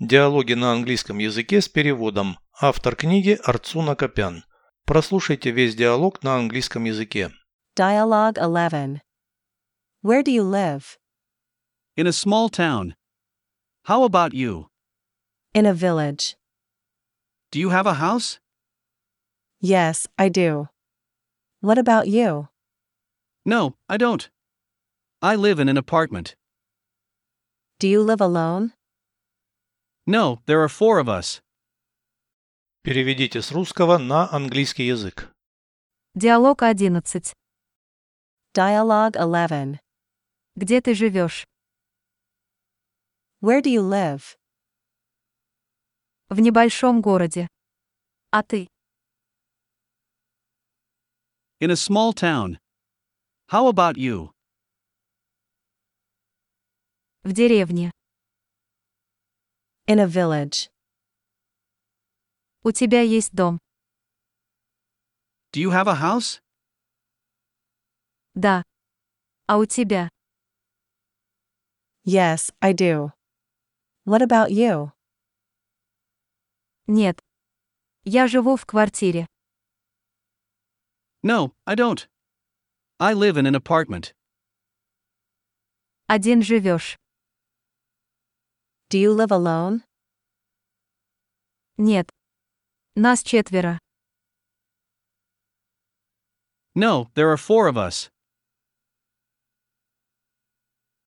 Диалоги на английском языке с переводом. Автор книги Арцуна Копян. Прослушайте весь диалог на английском языке. Dialogue 11. Where do you live? In a small town. How about you? In a village. Do you have a house? Yes, I do. What about you? No, I don't. I live in an apartment. Do you live alone? No, there are four of us. Переведите с русского на английский язык. Диалог 11. Dialogue 11. Где ты живешь? Where do you live? В небольшом городе. А ты? In a small town. How about you? В деревне. In a village. У тебя есть дом? Do you have a house? Да. А у тебя? Yes, I do. What about you? Нет. Я живу в квартире. No, I don't. I live in an apartment. Один живешь? Do you live alone? Нет. Нас четверо. No, there are four of us.